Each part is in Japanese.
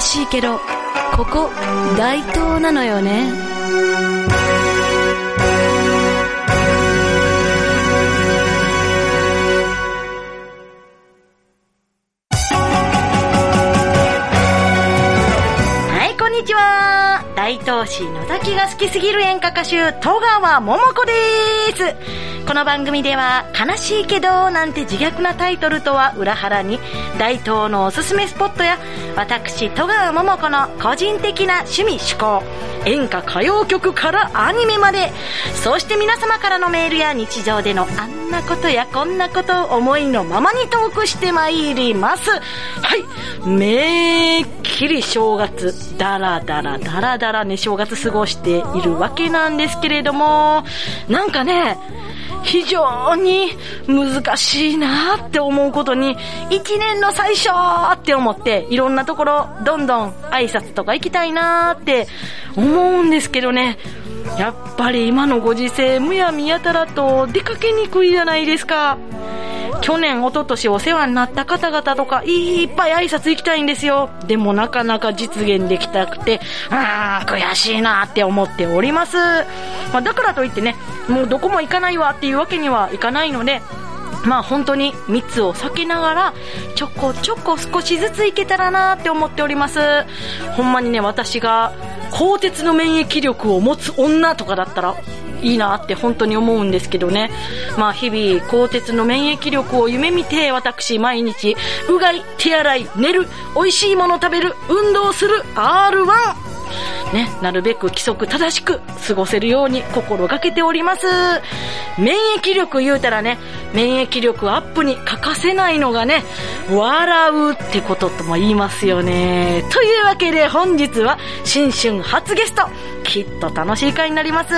しいけどここ大東なのよねはいこんにちは大東市野崎が好きすぎる演歌歌手戸川桃子ですこの番組では「悲しいけど」なんて自虐なタイトルとは裏腹に大東のおすすめスポットや私戸川桃子の個人的な趣味趣向演歌歌謡曲からアニメまでそして皆様からのメールや日常でのあんなことやこんなことを思いのままにトークしてまいりますはいめっきり正月だらだらだらだらね正月過ごしているわけなんですけれどもなんかね非常に難しいなって思うことに、一年の最初って思って、いろんなところ、どんどん挨拶とか行きたいなって思うんですけどね。やっぱり今のご時世、むやみやたらと出かけにくいじゃないですか。去年、一昨年お世話になった方々とか、いっぱい挨拶行きたいんですよ。でもなかなか実現できなくて、あー、悔しいなって思っております。まあ、だからといってね、もうどこも行かないわっていうわけにはいかないので、まあ本当に密を避けながら、ちょこちょこ少しずつ行けたらなって思っております。ほんまにね、私が、鋼鉄の免疫力を持つ女とかだったら、いいなって本当に思うんですけどね。まあ日々、鋼鉄の免疫力を夢見て、私毎日、うがい、手洗い、寝る、美味しいもの食べる、運動する、R1! ね、なるべく規則正しく過ごせるように心がけております。免疫力言うたらね、免疫力アップに欠かせないのがね、笑うってこととも言いますよね。というわけで本日は新春初ゲスト、きっと楽しい会になります。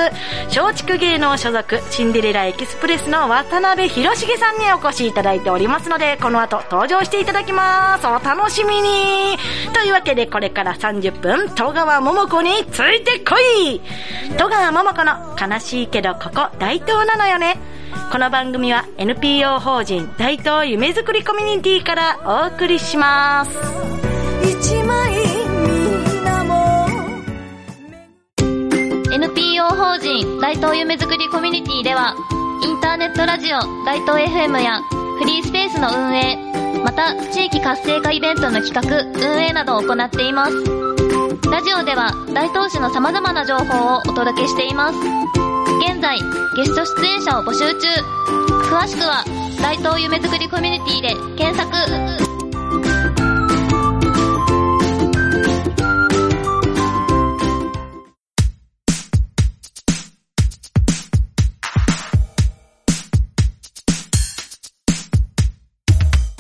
松竹芸能所属シンデレラエキスプレスの渡辺博重さんにお越しいただいておりますので、この後登場していただきます。お楽しみにというわけでこれから30分、戸川桃子についてこい戸川桃子の悲しいけどここ大東なのよね。この番組は NPO 法人大東夢づくりコミュニティからお送りします。 NPO 法人大東夢づくりコミュニティではインターネットラジオ大東 FM やフリースペースの運営また地域活性化イベントの企画運営などを行っていますラジオでは大東市の様々な情報をお届けしています現在ゲスト出演者を募集中詳しくは大東夢づくりコミュニティで検索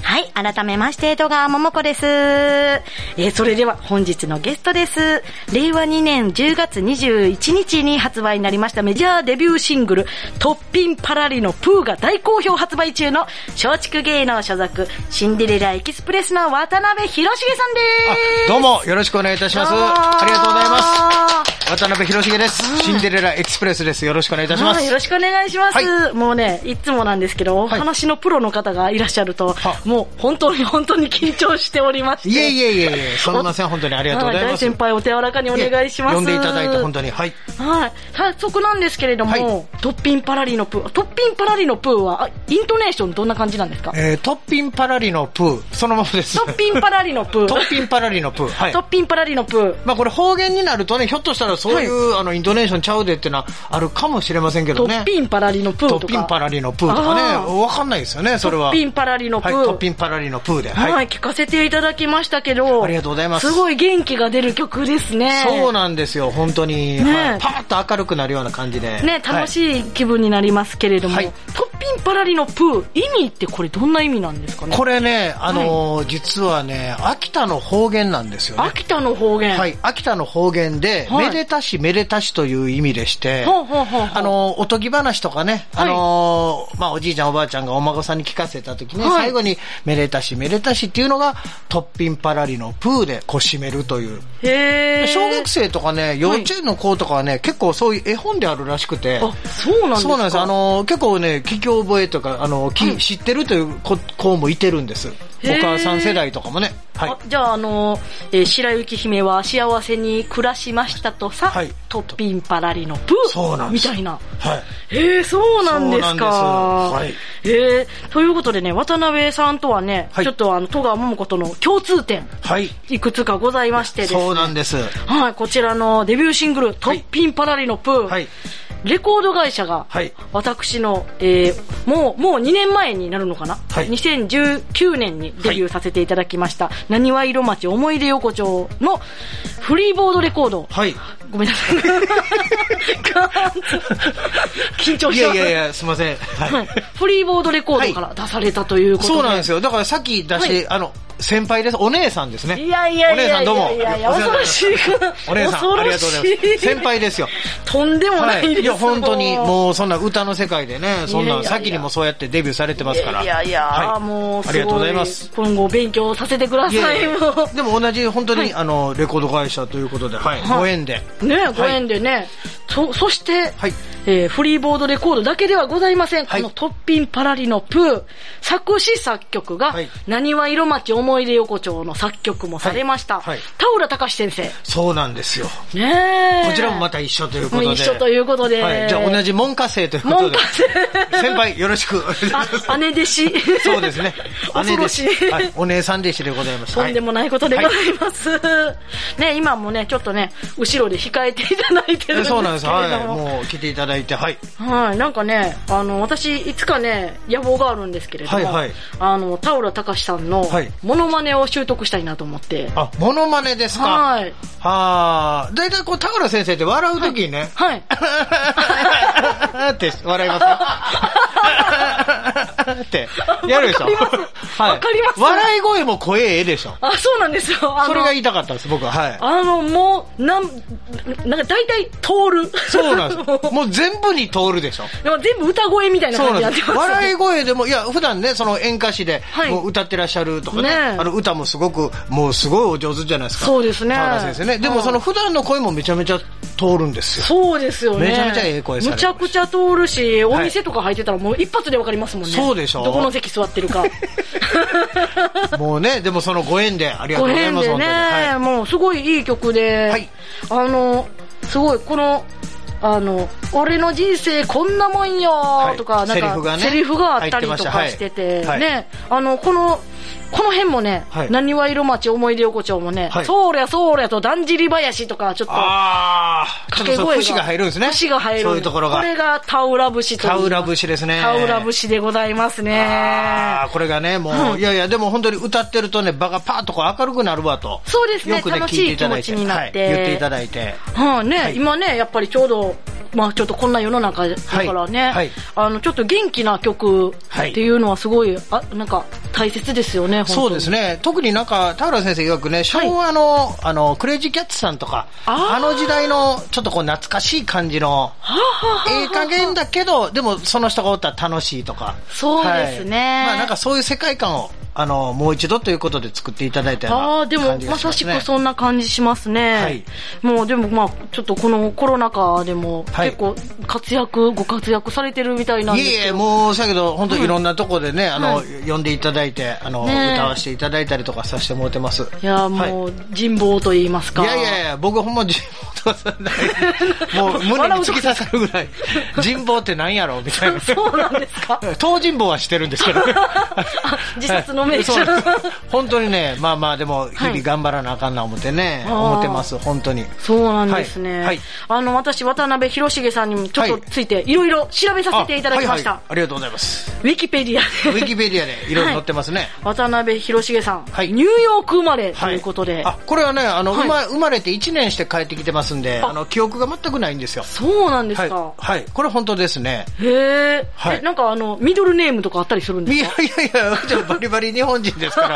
はい、改めまして、戸川桃子です。えーそれでは本日のゲストです。令和2年10月21日に発売になりましたメジャーデビューシングル、トッピンパラリのプーが大好評発売中の松竹芸能所属、シンデレラエキスプレスの渡辺博重さんです。 どうも、よろしくお願いいたします。どうもありがとうございます。渡辺博重です、シンデレラエクスプレスです。よろしくお願いいたしまはいす。よろしくお願いします。はもうね、いつもなんですけど、おはい話のプロの方がいらっしゃると、はもう本当に本当に緊張しておりまして。いえいえいえい え、そんなせん、本当にありがとうございはま大す。先輩お手柔らかにお願いします。呼んでいただいて本当に。はい。はい。早速なんですけれども、はいトッピンパラリのプー。トッピンパラリのプーは、あイントネーションどんな感じなんですかえー、トッピンパラリのプー、そのままです。トッピンパラリのプー。トッピンパラリのプー。はいト。ッピンパラリのプー。まあこれ方言になるとね、ひょっとしたらそういう、あの、インドネーションちゃうでっていうのはあるかもしれませんけトどね。ッピンパラリのプーとトか。ッピンパラリのプーとかあーね、わかんないですよね、それは。トッピンパラリのプーはい、トッピンパラリのプーで。はい、はい。聞かせていただきましたけど。ありがとうございますすごい元気が出る曲ですね。そうなんですよ、本当に。ねはいパーッと明るくなるような感じで。ね、楽しい気分になりますけれども、はいトッピンパラリのプー、意味ってこれどんな意味なんですかねこれね、あのー実はね、秋田の方言なんですよね。秋田の方言。はい、秋田の方言で、はいめでたしめでたしという意味でして、ほうほうほうほうあのー、おとぎ話とかね、はいあのー、まあ、おじいちゃんおばあちゃんがお孫さんに聞かせた時に、はい最後に、めでたしめでたしっていうのが、トッピンパラリのプーでこしめるという。へー小学生とかね、幼稚園の子とかはね、結構そういう絵本であるらしくて、あ、そうなんですかそうなんです。あの、結構ね、聞き覚えとか、あの、き知ってるという子子もいてるんです。お母さん世代とかもね。はいあ。じゃあ、あの、えー白雪姫は幸せに暮らしましたとさ、はいトッピンパラリのプーそうなんでみすたいな。はい。えー、そうなんですか。そうなんですえー、ということでね、渡辺さんとはね、はいちょっとあの、戸川桃子との共通点、はい。いくつかございましてですね。そうなんです。はい、こちらのデビューシングル、トッピンパラリのプー、はい。レコード会社が、はい私の、えーもう、もう2年前になるのかな、はい2019年にデビューさせていただきました、なにわ色町思い出横丁のフリーボードレコード。はい。ごめんなさい。ガーンと 緊張いしやまいす。やいや、すいません。はい。はい、フリーボードレコードから出されたということで、そうなんですよ。だからさっき出して、あの、先輩です。お姉さんですね。いやいやいやいやお姉さんどうも。いやいや恐ろしいお姉さん、恐ありろがとうござしいまいす。先輩ですよ。とんでもなはいです、い。いや、本当に、うもうそんな歌の世界でね、そんいやいやいな、やさっきにもそうやってデビューされてますから。いやいや、はいもうすごいありがとうございます。今後勉強させてくだいやさいいやもでも同じ、本当に、あの、レコード会社ということで、はい。はいご縁で。う ねご縁でね、そそして、はいえーフリーボードレコードだけではございません、はいこの「トッピンパラリのプー」作詞作曲がはい「なにわ色町思い出横丁」の作曲もされました、はいはい田浦隆先生そうなんですよ。ねえこちらもまた一緒ということで。もう一緒ということではい。じゃあ同じ門下生ということで。門下生先輩、よろしく。あ姉弟子 そうですね。 恐ろしい姉ですはい。お姉さん弟子でございます。とんでもないことでございます。ね、今もね、ちょっとね、後ろで控えていただいてるんえですけれども。 そうなんです。はい。はもう来ていただいて、はい。い。なんかね、あの、私、いつかね、野望があるんですけれども、はいはいあの、田浦隆さんのはい、モノマネを習得したいなと思って。あ、モノマネですか。。はいい。あー。だいたいこう、田村先生って笑うときにね。。はい って笑いますよ。 って、やるでしょわかりますわかります笑い声も声ええでしょ。あ、そうなんですよ。あのそれが言いたかったんです、僕は。はい。あの、もう、なん、なんか大体通る。そうなんです。 ももう全部に通るでしょ。うなんか全部歌声みたいなそう感じにななんってで。ますす。笑い声でも、いや、普段ね、その演歌詞では、いもう歌ってらっしゃるとかね、ねえあの歌もすごく、もうすごいお上手じゃないですか。そうですね田原先生ね。でもその普段の声もめちゃめちゃ通るんですよ。そうですよね。めちゃめちゃええ声さむれてましちたゃくちゃ通るし、お店とか入ってたらもう一発でわかりますもんね。そうでしょどこの席座ってるか。もうね、でもそのご縁で、ありがとごうござい縁ます、で本当ね、に。はいもうすごいいい曲で、はいあの、すごい、この、あの、俺の人生こんなもんよいとか、なんかセリフがねセリフがあったりと入かっしててまして、たはいね、あの、この、この辺もね、はいなにわ色町思い出横丁もね、はいそうりゃそうりゃとだんじり林とか、ちょっと、あー、ちょ掛っとけそう声が。節が入るんですね。節が入る。そういうところが。れがタウラ節と言いタます。ウラ節ですね。タウラ節でございますねあー。これがね、もう、いやいや、でも本当に歌ってるとね、場がパーッとこう明るくなるわと。そうですねよくね、楽しい聞いていただい気て。持ちになってはい言っていただいて。はい、ね、今ね、やっぱりちょうど、まあちょっとこんな世の中だからね、はいはいあの、ちょっと元気な曲っていうのはすごい、あなんか大切ですよね、本当にそうですね。特になんか、田浦先生曰くね、昭和の、あの、クレイジーキャッツさんとか、あーあの時代の、ちょっとこう、懐かしい感じの、はあはあはあええ加減だけど、でも、その人がおったら楽しいとか。そうですねはいまあ、なんかそういう世界観を、あの、もう一度ということで作っていただいたようなああ、でも感、じがましさますしね。くそんな感じしますね。はいもう、でも、まあ、ちょっとこのコロナ禍でも、はい結構、活躍、ご活躍されてるみたいなんでいすけど。えいえ、もう、だけど、本当いろんなとこでね、あの、は呼んでいただいて、あの、ねえ歌わせていただいたりとかさせてもらってます。いや、もう、人望と言いますいか。やいやいや、僕ほんま人望とかない。もう胸に突き刺さるぐ らい、人望ってなんやろみたいな。そうなんですか。東尋坊はしてるんですけどね 自殺の名手はいそうなんです本当にね、まあまあでも、日は々い頑張らなあかんな思ってね、あー思ってます、本当に。 そうなんですね。はいはいあの、私、渡辺博重さんにもちょっとついて、いろいろ調べさせていただきました。あはいはいありがとうござ います。ウィキペディアウで。ィキペディアでいろいろ載ってますね。 渡辺博重さん、はいニューヨーク生まれとはいいうことで。あ、これはね、あの、はい生ま生まれて1年して帰ってきてますんで、ああの、記憶が全くないんですよ。そうなんですはい。か。はい。これ本当ですね。へえ、はいえなんかあの、ミドルネームとかあったりするんでいすやかいやいや、うちはバリバリ日本人で すか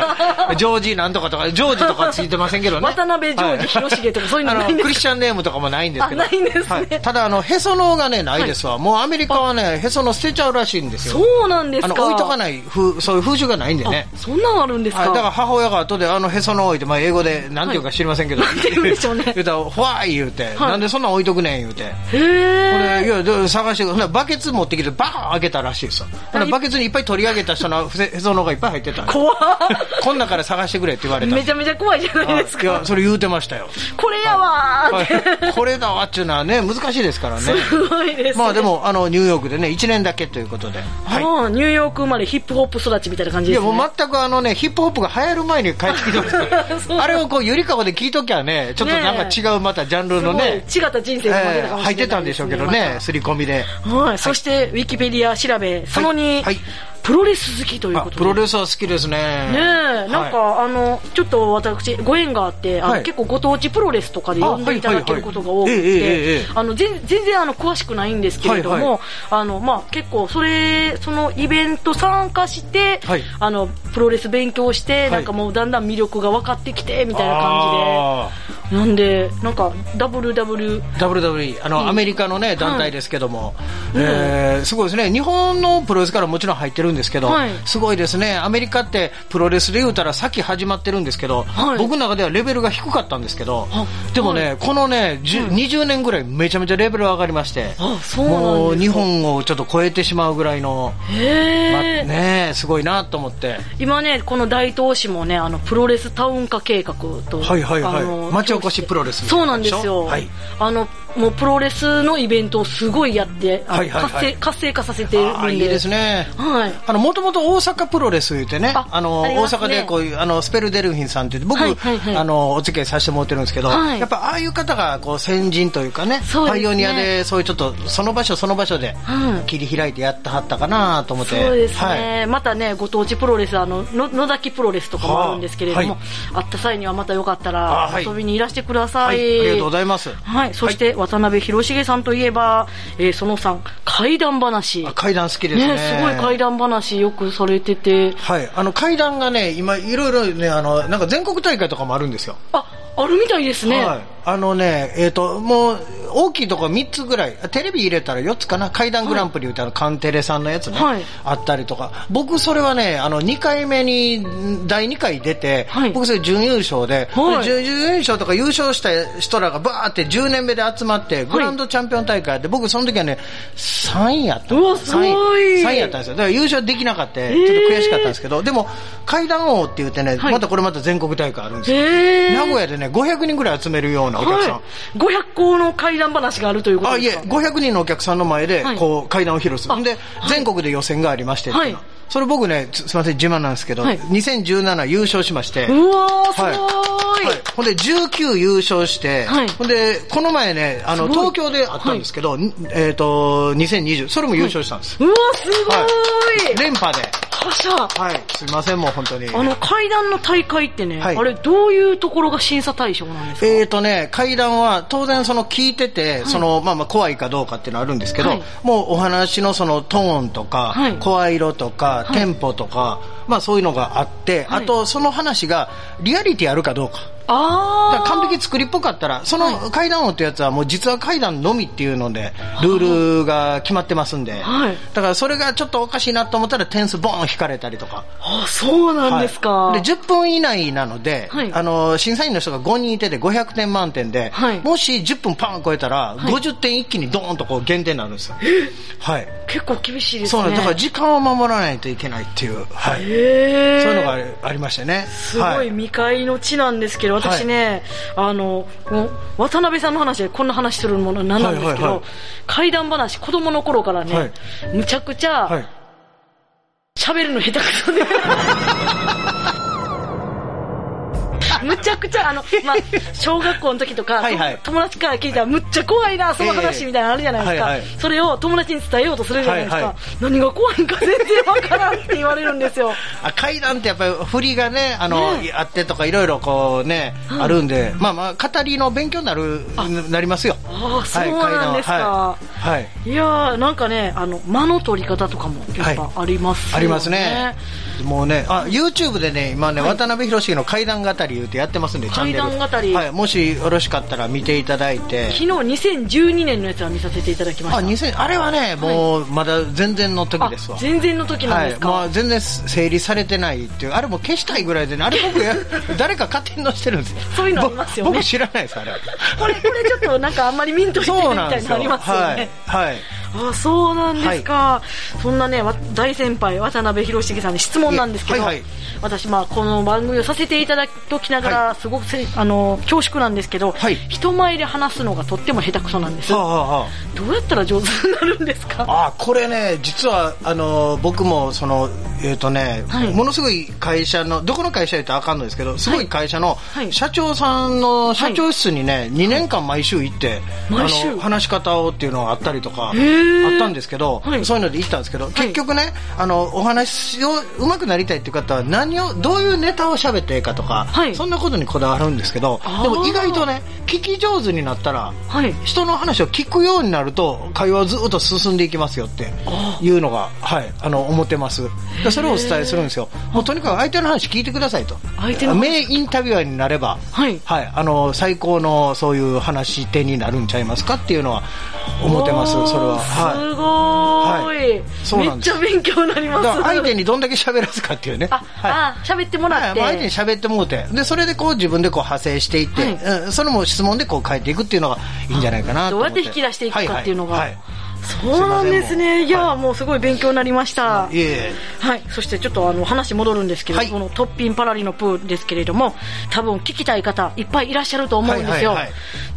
ら、ジョージなんとかとか、ジョージとかついてませんけどね。渡辺ジョージ広重とかそういうのないんあですクリスチャンネームとかもないんですけど。あないんですねはいただ、あの、へその緒がね、ないですわ。もうアメリカはね、へその緒捨てちゃうらしいんですよ。そうなんですあか。の、置いとかない、ふそういう風習がないんでね。あそんなんあるんですはい、か。だから母親が後であのへその緒置いて、まあ、英語でなんていうか知りませんけど、はいなんて言うんでしょうね言うたら「ファイ」言うて、なんでそんなん置いとくねん」言うて。へこえ。れいやで探してほんならバケツ持ってきてバーン開けたらしいですよほんならバケツにいっぱい取り上げた人のふせへその緒がいっぱい入ってたん怖っ こんなから探してくれって言われためちゃめちゃ怖いじゃないですいやかそれ言うてましたよ、これやわーって、はいこれだわっていうのはね難しいですからね すごいですねまあでもあのニューヨークでね1年だけということで、はい、もうニューヨーク生まれヒップホップ育ちみたいな感じいでやすねもう全くあのねヒップホップが流行る前に帰ってきてま すそうあれをこうゆりかごで聞いときゃねちょっとなんか違うまたジャンルのねすごい違った人生が生まれたかもしれないですねえー入ってたんでしょうけどまねた刷り込みではい、そしてウィキペディア調べ、その2、はいプロレス好きというあことで。プロレスは好きですねねねえ、なんか、はあの、ちょっと私、ご縁があって、あのはい結構ご当地プロレスとかで呼んでいただけることが多くあはいはいはいえええええてえ、あの、全全然あの詳しくないんですけれども、はいはいあの、まあ結構、それ、そのイベント参加して、はいあの、プロレス勉強して、いなんかもうだんだん魅力が分かってきて、みいたいな感じで、なんで、なんか、WW、じで WWE あの、アメリカのね団体ですけども、えーすごいですね日本のプロレスからもちろん入ってるんですけど、はいすごいですねアメリカってプロレスで言うたらさっき始まってるんですけど、はい僕の中ではレベルが低かったんですけどあでもね、このね、じゅ20年ぐらいめちゃめちゃレベル上がりましてあそうなんですかもう日本をちょっと超えてしまうぐらいの、へーまねすごいなと思って。今ねこの大東市もねあのプロレスタウン化計画とはいはいはいあの町おこしプロレスみたいそうななこんとででしょすよ、はいあのもうプロレスのイベントをすごいやって、あのはいはいは活性い活性化させてるんあーでいいですね。はいあの、もともと大阪プロレス言ってね、ああの、あり大ますね阪でこういう、あの、スペルデルフィンさんって言って、僕、はいはいはいあの、お付き合いさせてもらってるんですけど、はいやっぱああいう方が、こう、先人というかね、そうですねパイオニアで、そういうちょっと、その場所その場所でうん、切り開いてやってはったかなと思って。そうですね、はいまたねご当地プロレスあのの野崎プロレスとかもあるんですけれども、はあった際にはまたよかったあらはい遊びにいらしてくださ、はいい、ありがとうございます。はい、そして渡辺広重さんといえば、えーその3怪談話あ階段好きですね。ね、すごい怪談話よくされてて、はい、あの階段がね、今、いろいろね、あのなんか全国大会とかもあるんですよ。あ、あるみたいですね。はい、あのね、えっ、と、もう、大きいとこ3つぐらい、テレビ入れたら4つかな、階段グランプリみたいな、カンテレさんのやつね、はいあったりとか、僕、それはね、あの、2回目に、ん第2回出て、はい僕、それ準優勝で、はいで準準優勝とか優勝した人らがバーって10年目で集まって、グランドチャンピオン大会で、僕、その時はね、3位やったうわすごい3位3位やったんですよ。だから優勝できなかった、ちょっと悔しかったんですけど、でも、階段王って言ってね、はいまたこれまた全国大会あるんですよ。へえ。名古屋でね、500人ぐらい集めるようなお客さん。はい。500校の怪談話があるということあ、いでえ、すか500人のお客さんの前ではい、こう、階段を披露すある。で、全国で予選がありましてっていうのはいそれ僕ね、すすいません、自慢なんですけど、はい2017優勝しまして、うわー、すごーい。はいほんで19優勝して、はいほんでこの前ねあのすごい東京であったんですけど、にえっ、と2020それも優勝したんです、うわー、すごーい。連覇で覇者。はいすいませんもう本当にあの怪談の大会ってね、はいあれどういうところが審査対象なんですか、えーとね、階段は当然その聞いてて、そのまあまあ怖いかどうかっていうのはあるんですけど、はいもうお話のそのトーンとか、はい声色とか、テンポとか、まあそういうのがあって、はいあとその話がリアリティあるかどうか。だからあー。完璧作りっぽかったら、その階段王ってやつはもう実は階段のみっていうので、ルールが決まってますんで、はいだからそれがちょっとおかしいなと思ったら点数ボーン引かれたりとか。あ、そうなんですか。はいで10分以内なので、はいあの審査員の人が5人いてて500点満点で、はいもし10分パン超えたら、い50点一気にドーンとこう減点になるんですよ。はい。結構厳しいですね。そうなんです。だから時間を守らないといけないっていう、はい。そうへーいうのがありありましてね。すごはい未開の地なんですけど、私ね、あの、もう渡辺さんの話でこんな話するものなんなんですけど、はいはいはい怪談話、子供の頃からね、はいむちゃくちゃい。喋、るの下手くそ で。むちゃくちゃ、あの、まあ、小学校の時とか、はいはい友達から聞いたら、むっちゃ怖いな、その話ええみたいなのあるじゃないですか、はいはいそれを友達に伝えようとするじゃないですか、はいはい何が怖いんか全然わからんって言われるん ですよ。あ階段ってやっぱり振りがねあのねあってとかいろいろこうね、あるんでまあまあ語りの勉強になるなりますよあーそうなんですかはい、はいはいいやーなんかねあの間の取り方とかもやっぱありますよ、ねありますねもうねあ YouTube でね今ね、渡辺宏の階段語り言うてやってますんでチャンネル怪談語りはい、もしよろしかったら見ていただいて昨日2012年のやつは見させていただきまあした2000あれはねもうまだ全然の時ですわ全然の時なんですか、はい、もう全然整理されてないっていうあれも消したいぐらいで ねあれ僕や誰か勝手に載せてるんですよそういうのありますよね ぼ僕知らないですあれこれこれちょっとなんかあんまりミントしてるそみうなんたでいすなのよありますよねはい、はい、あそうなんですか、そんなねわ大先輩渡辺博重さんに質問なんですけど、いえはいはい私、まあ、この番組をさせていただときながら、はすごくせあの恐縮なんですけど、はい人前で話すのがとっても下手くそなんです、はあはあはあどうやったら上手になるんですかあこれね、実はあの僕もその、えーとねはいものすごい会社の、どこの会社言ったらあかんのですけど、すごい会社のはい社長さんの社長室にね、2年間毎週行って、毎週あの話し方をっていうのがあったりとか、あっーたんですけど、はいそういうので行ったんですけど、結局ね、あのお話を上手くなりたいっていう方は、何を、どういうネタを喋っていいかとか、はいそんなことにこだわるんですけどあー、でも意外とね、聞き上手になったら、はい人の話を聞くようになると会話をずっと進んでいきますよっていうのが、はい、あの思ってますでそれをお伝えするんですよもうとにかく相手の話聞いてくださいと相手の話名インタビュアーになれば、はいあの最高のそういう話し手になるんちゃいますかっていうのは思ってますそれは、ははい、い、すごーい、はいそうめなんっでちすゃ勉強になりまだすから相手にどんだけ喋らすかっていうねあ、はいあ喋ってもらはっい、て、まあ相手に喋ってもうてでそれでこう自分でこう派生していって、はいうんそれも質問でこう変えていくっていうのがいいんじゃないかなとどう思やっってて引き出していくかっていうのが、はははいそうなんですねすいませんもういや、はいもうすごい勉強になりましたいえいえはい、そしてちょっとあの話戻るんですけど、はいこのトッピンパラリのプーですけれども多分聞きたい方いっぱいいらっしゃると思うんですよ、はいはいはい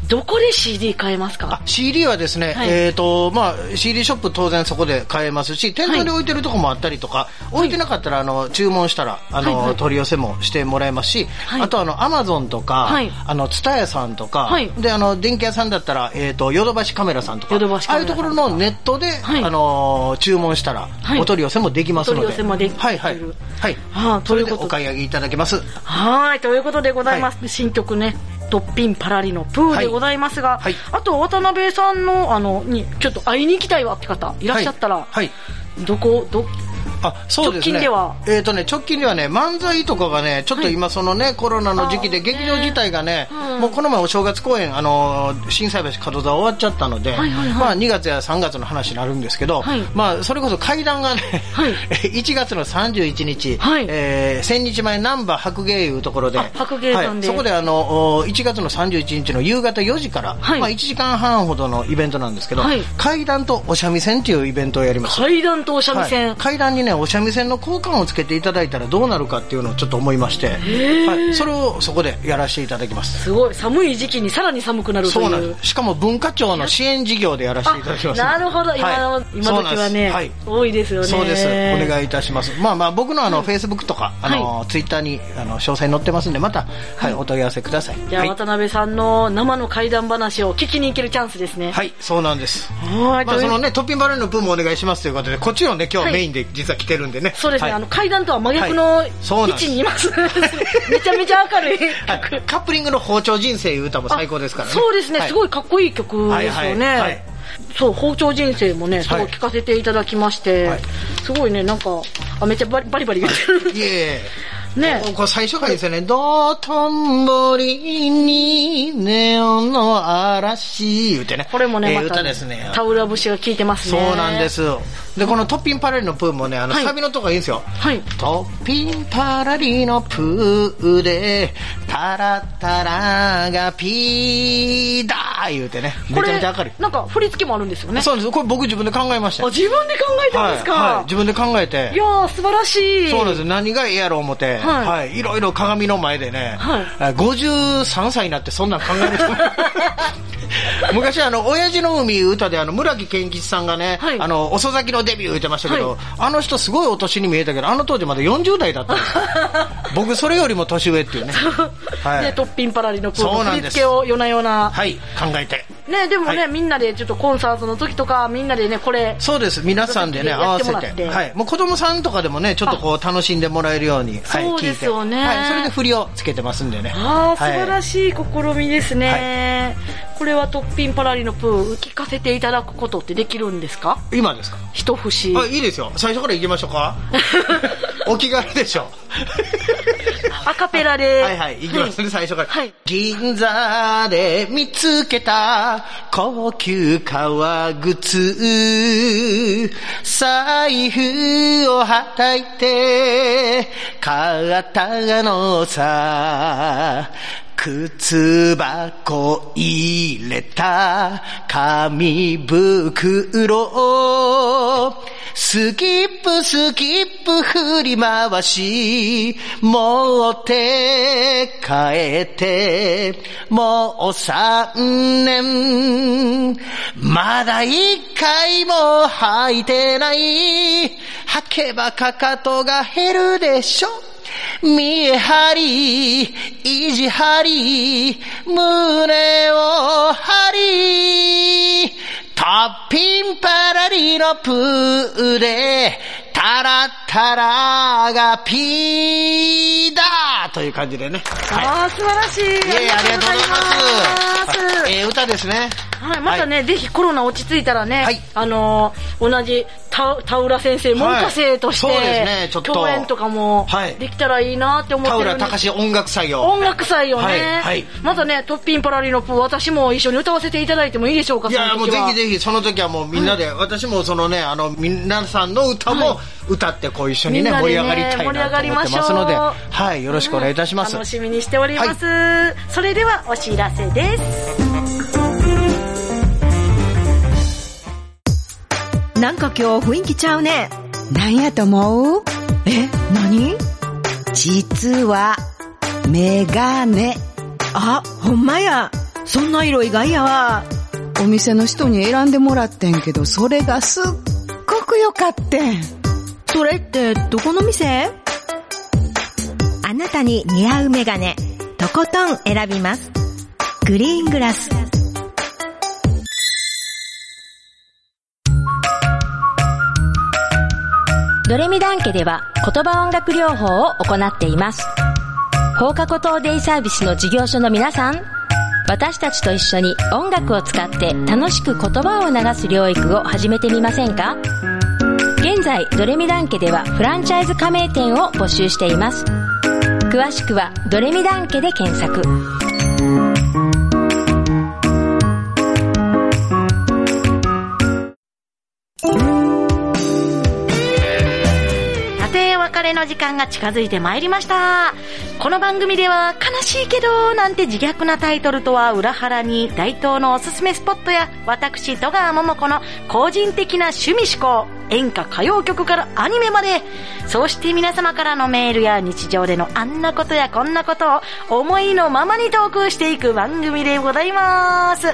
どこで CD 買えますかあ CD はですね、はいえーとまあ、CD ショップ当然そこで買えますし店頭に置いてるとこもあったりとか、置いてなかったらあの注文したらあの、はいはい取り寄せもしてもらえますし、はいあとあの Amazon とか、はいあの TSUTAYA さんとか、はいであの電気屋さんだったら、えー、とヨドバシカメラさんとかヨドバシカああメいラうさとんころのネットで、はいあの注文したら、はいお取り寄せもできますのでお取り寄せもできるはいはいはいあーそれでということでお買い上げいただけますはいということでございます、新曲ねトッピンパラリのプーでございますが、はいはあいと渡辺さんのあのにちょっと会いに行きたいわって方いらっしゃったら、はいはいどこどあそうです直近ねではえーとね、直近ではね漫才とかがねちょっと今そのね、コロナの時期であーね劇場自体がね、うんもうこの前お正月公演あのー心斎橋門座終わっちゃったので、はいはいはいまあ2月や3月の話になるんですけど、はいまあそれこそ階段がね、はい 1月の31日、はいえー千日前難波白芸いうところであ白芸さんではい、そこであのお1月の31日の夕方4時から、はいまあ1時間半ほどのイベントなんですけど、はい階段とお三味線っていうイベントをやります。階段とお三味線、はい階段にねお三味線の交換をつけていただいたらどうなるかっていうのをちょっと思いまして、はい、それをそこでやらせていただきますすごい寒い時期にさらに寒くなるとそいううなんですしかも文化庁の支援事業でやらせていただきますなるほど、今の、はい今時はね、そうなんですはい多いですよね。そうですお願い。いいたしますまあまあ僕のあの、フェイスブックとかあの、ツイッターにあの詳細載ってますんでまた、はい、お問い合わせくださいじゃあ、はい、渡辺さんの生の怪談話を聞きに行けるチャンスですね。はい、そうなんですはい。まあといそうのねトッピンバレーの分もお願いしますということでこっちをね今はい日メインで実は来てるんでね、そうですね、はいあの階段とは真逆のはいそ位うなんです置にいます。 めちゃめちゃ明るいはいカップリングの包丁人生いう歌も最高ですからねそうですね、はいすごいかっこいい曲ですよね。はいはいはいそう包丁人生もね、すごいはい聞かせていただきまして、はいすごいね、なんか、あ、めっちゃバリバリバリ言って る。いえいえ。ねこれ最初からですよね。道頓堀にネオンの嵐言うてね。これもね、えーまた、歌ですね。タオル節が効いてますそね。うなんで。す。で、このトッピンパレルのプーもね、あの、はいサビのとこがいいんですよ。はい。トッピンパラリのプーで、タラッタラがピーだー言うてね。こめちゃれめちゃ明るい。なんか振り付けもあるんですよね。そうなんです。これ僕自分で考えましたあよ。自分で考えたんですか、はいいはい自分で考えて。やー素晴らしいそうなんです何がええやろう思って、はいはいい、ろいろ鏡の前でね、はいあ53歳になってそんなん考える人 昔あの「親父の海」歌であの村木健吉さんがね、はいあの遅咲きのデビュー言ってましたけど、はいあの人すごいお年に見えたけどあの当時まだ40代だったんで すよ僕それよりも年上っていうね、はでいトッピンパラリのプーそのうな振んりです付けを夜な夜な、はい、考えてねでもね、はいみんなでちょっとコンサートの時とかみんなでねこれそうです皆さんでね合やっわてせもらってて、はい、もう子供さんとかでもねちょっとこう楽しんでもらえるように、はい、そう聞でいすて、よねはい、それで振りをつけてますんでねああ素晴らしいしい試みですね、これはトッピンパラリのプー聞かせていただくことってできるんですか今ですか一節あいいですよ最初から行きましょう かお気軽でしょアカペラではいはい行きますね、最初から、はい銀座で見つけた高級革靴財布をはたいて肩のさ靴箱入れた紙袋スキップスキップ振り回し持って帰ってもう三年まだ一回も履いてない履けばかかとが減るでしょ見え張り、意地張り、胸を張り、トッピンパラリのプーで、タラッタラがピーだという感じでね。はああ、素晴らしい。い。いえいえ、ありがとうございあります。がとうございますええ歌ですね。はい、またね、ぜひコロナ落ち着いたらね、はいあのー同じ田田浦先生、門下生として、そうですねちょっと共演とかもはいできたらいいなって思っ田てる浦んで、隆音楽祭を。音楽祭よね、はいはいまたね、トッピンパラリのプー、私も一緒に歌わせていただいてもいいでしょうか、いや、そのもう時ぜはひぜひ、その時はもうみんなで、私もそのね、あの、皆さんの歌も歌ってこう一緒にね、みんな盛でりね上がりたいなと思って盛ますのり上がで、りましょうはい、よろしくお願いいたします。楽しみにしております、それではお知らせですなんか今日雰囲気ちゃうね。なんやと思うえ、何実は、メガネ。あ、ほんまや。そんな色意外やわ。お店の人に選んでもらってんけど、それがすっごく良かってん。それって、どこの店あなたに似合うメガネ、とことん選びます。グリーングラス。ドレミダン家では言葉音楽療法を行っています。放課後等デイサービスの事業所の皆さん、私たちと一緒に音楽を使って楽しく言葉を流す療育を始めてみませんか現在、ドレミダン家ではフランチャイズ加盟店を募集しています。詳しくはドレミダン家で検索。さてお別れの時間が近づいてまいりましたこの番組では悲しいけどなんて自虐なタイトルとは裏腹に大東のおすすめスポットや私戸川桃子の個人的な趣味思考演歌歌謡曲からアニメまでそして皆様からのメールや日常でのあんなことやこんなことを思いのままにトークしていく番組でございます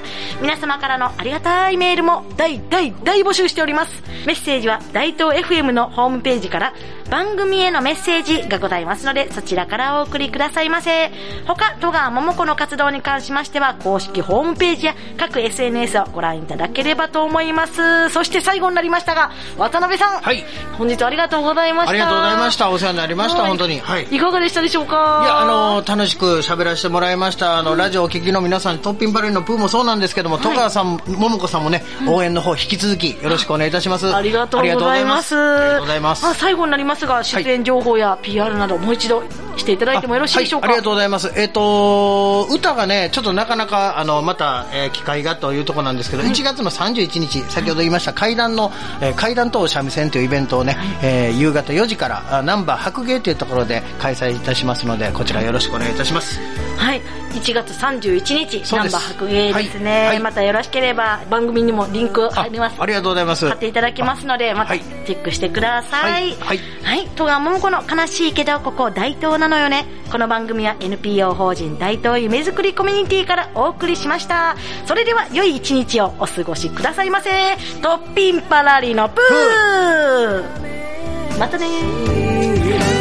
皆様からのありがたいメールも大大大募集しておりますメッセージは大東 FM のホームページから番組へのメッセージがございますので、そちらからお送りくださいませ。他、戸川桃子の活動に関しましては、公式ホームページや各 SNS をご覧いただければと思います。そして最後になりましたが、渡辺さん。はい本日ありがとうございました。ありがとうございました。お世話になりました、はい本当に。はい。いかがでしたでしょうかいや、あの、楽しく喋らせてもらいました。あの、ラジオお聞きの皆さん、トッピンパレーのプーもそうなんですけども、戸川さん、ももこさんもね、応援の方、引き続きよろしくお願いいたします。ありがとうございます。ありがとうございます。あ最後になりますが、出演情報や PR などもう一度していただいてもよろしいでしょうか。あはいありがとうございます。えっ、と、歌がね、ちょっとなかなか、あの、また、えー機会がというところなんですけど、1月の31日、先ほど言いました、階段の、えー階段と三味線というイベントをね、えー夕方4時から、あナンバー白芸というところで開催いたしますので、こちらよろしくお願いいたします。はい、1月31日、そうナでンすバー白芸ですね、はいはいまたよろしければ番組にもリンクあります。ありがとうございます。買っていただきますので、またはいチェックしてください。はいはい。戸川桃子の悲しいけど、ここ大東なのよね。この番組は NPO 法人大東夢づくりコミュニティからお送りしました。それでは、良い一日をお過ごしくださいませ。トッピンパラリのプーまたねー。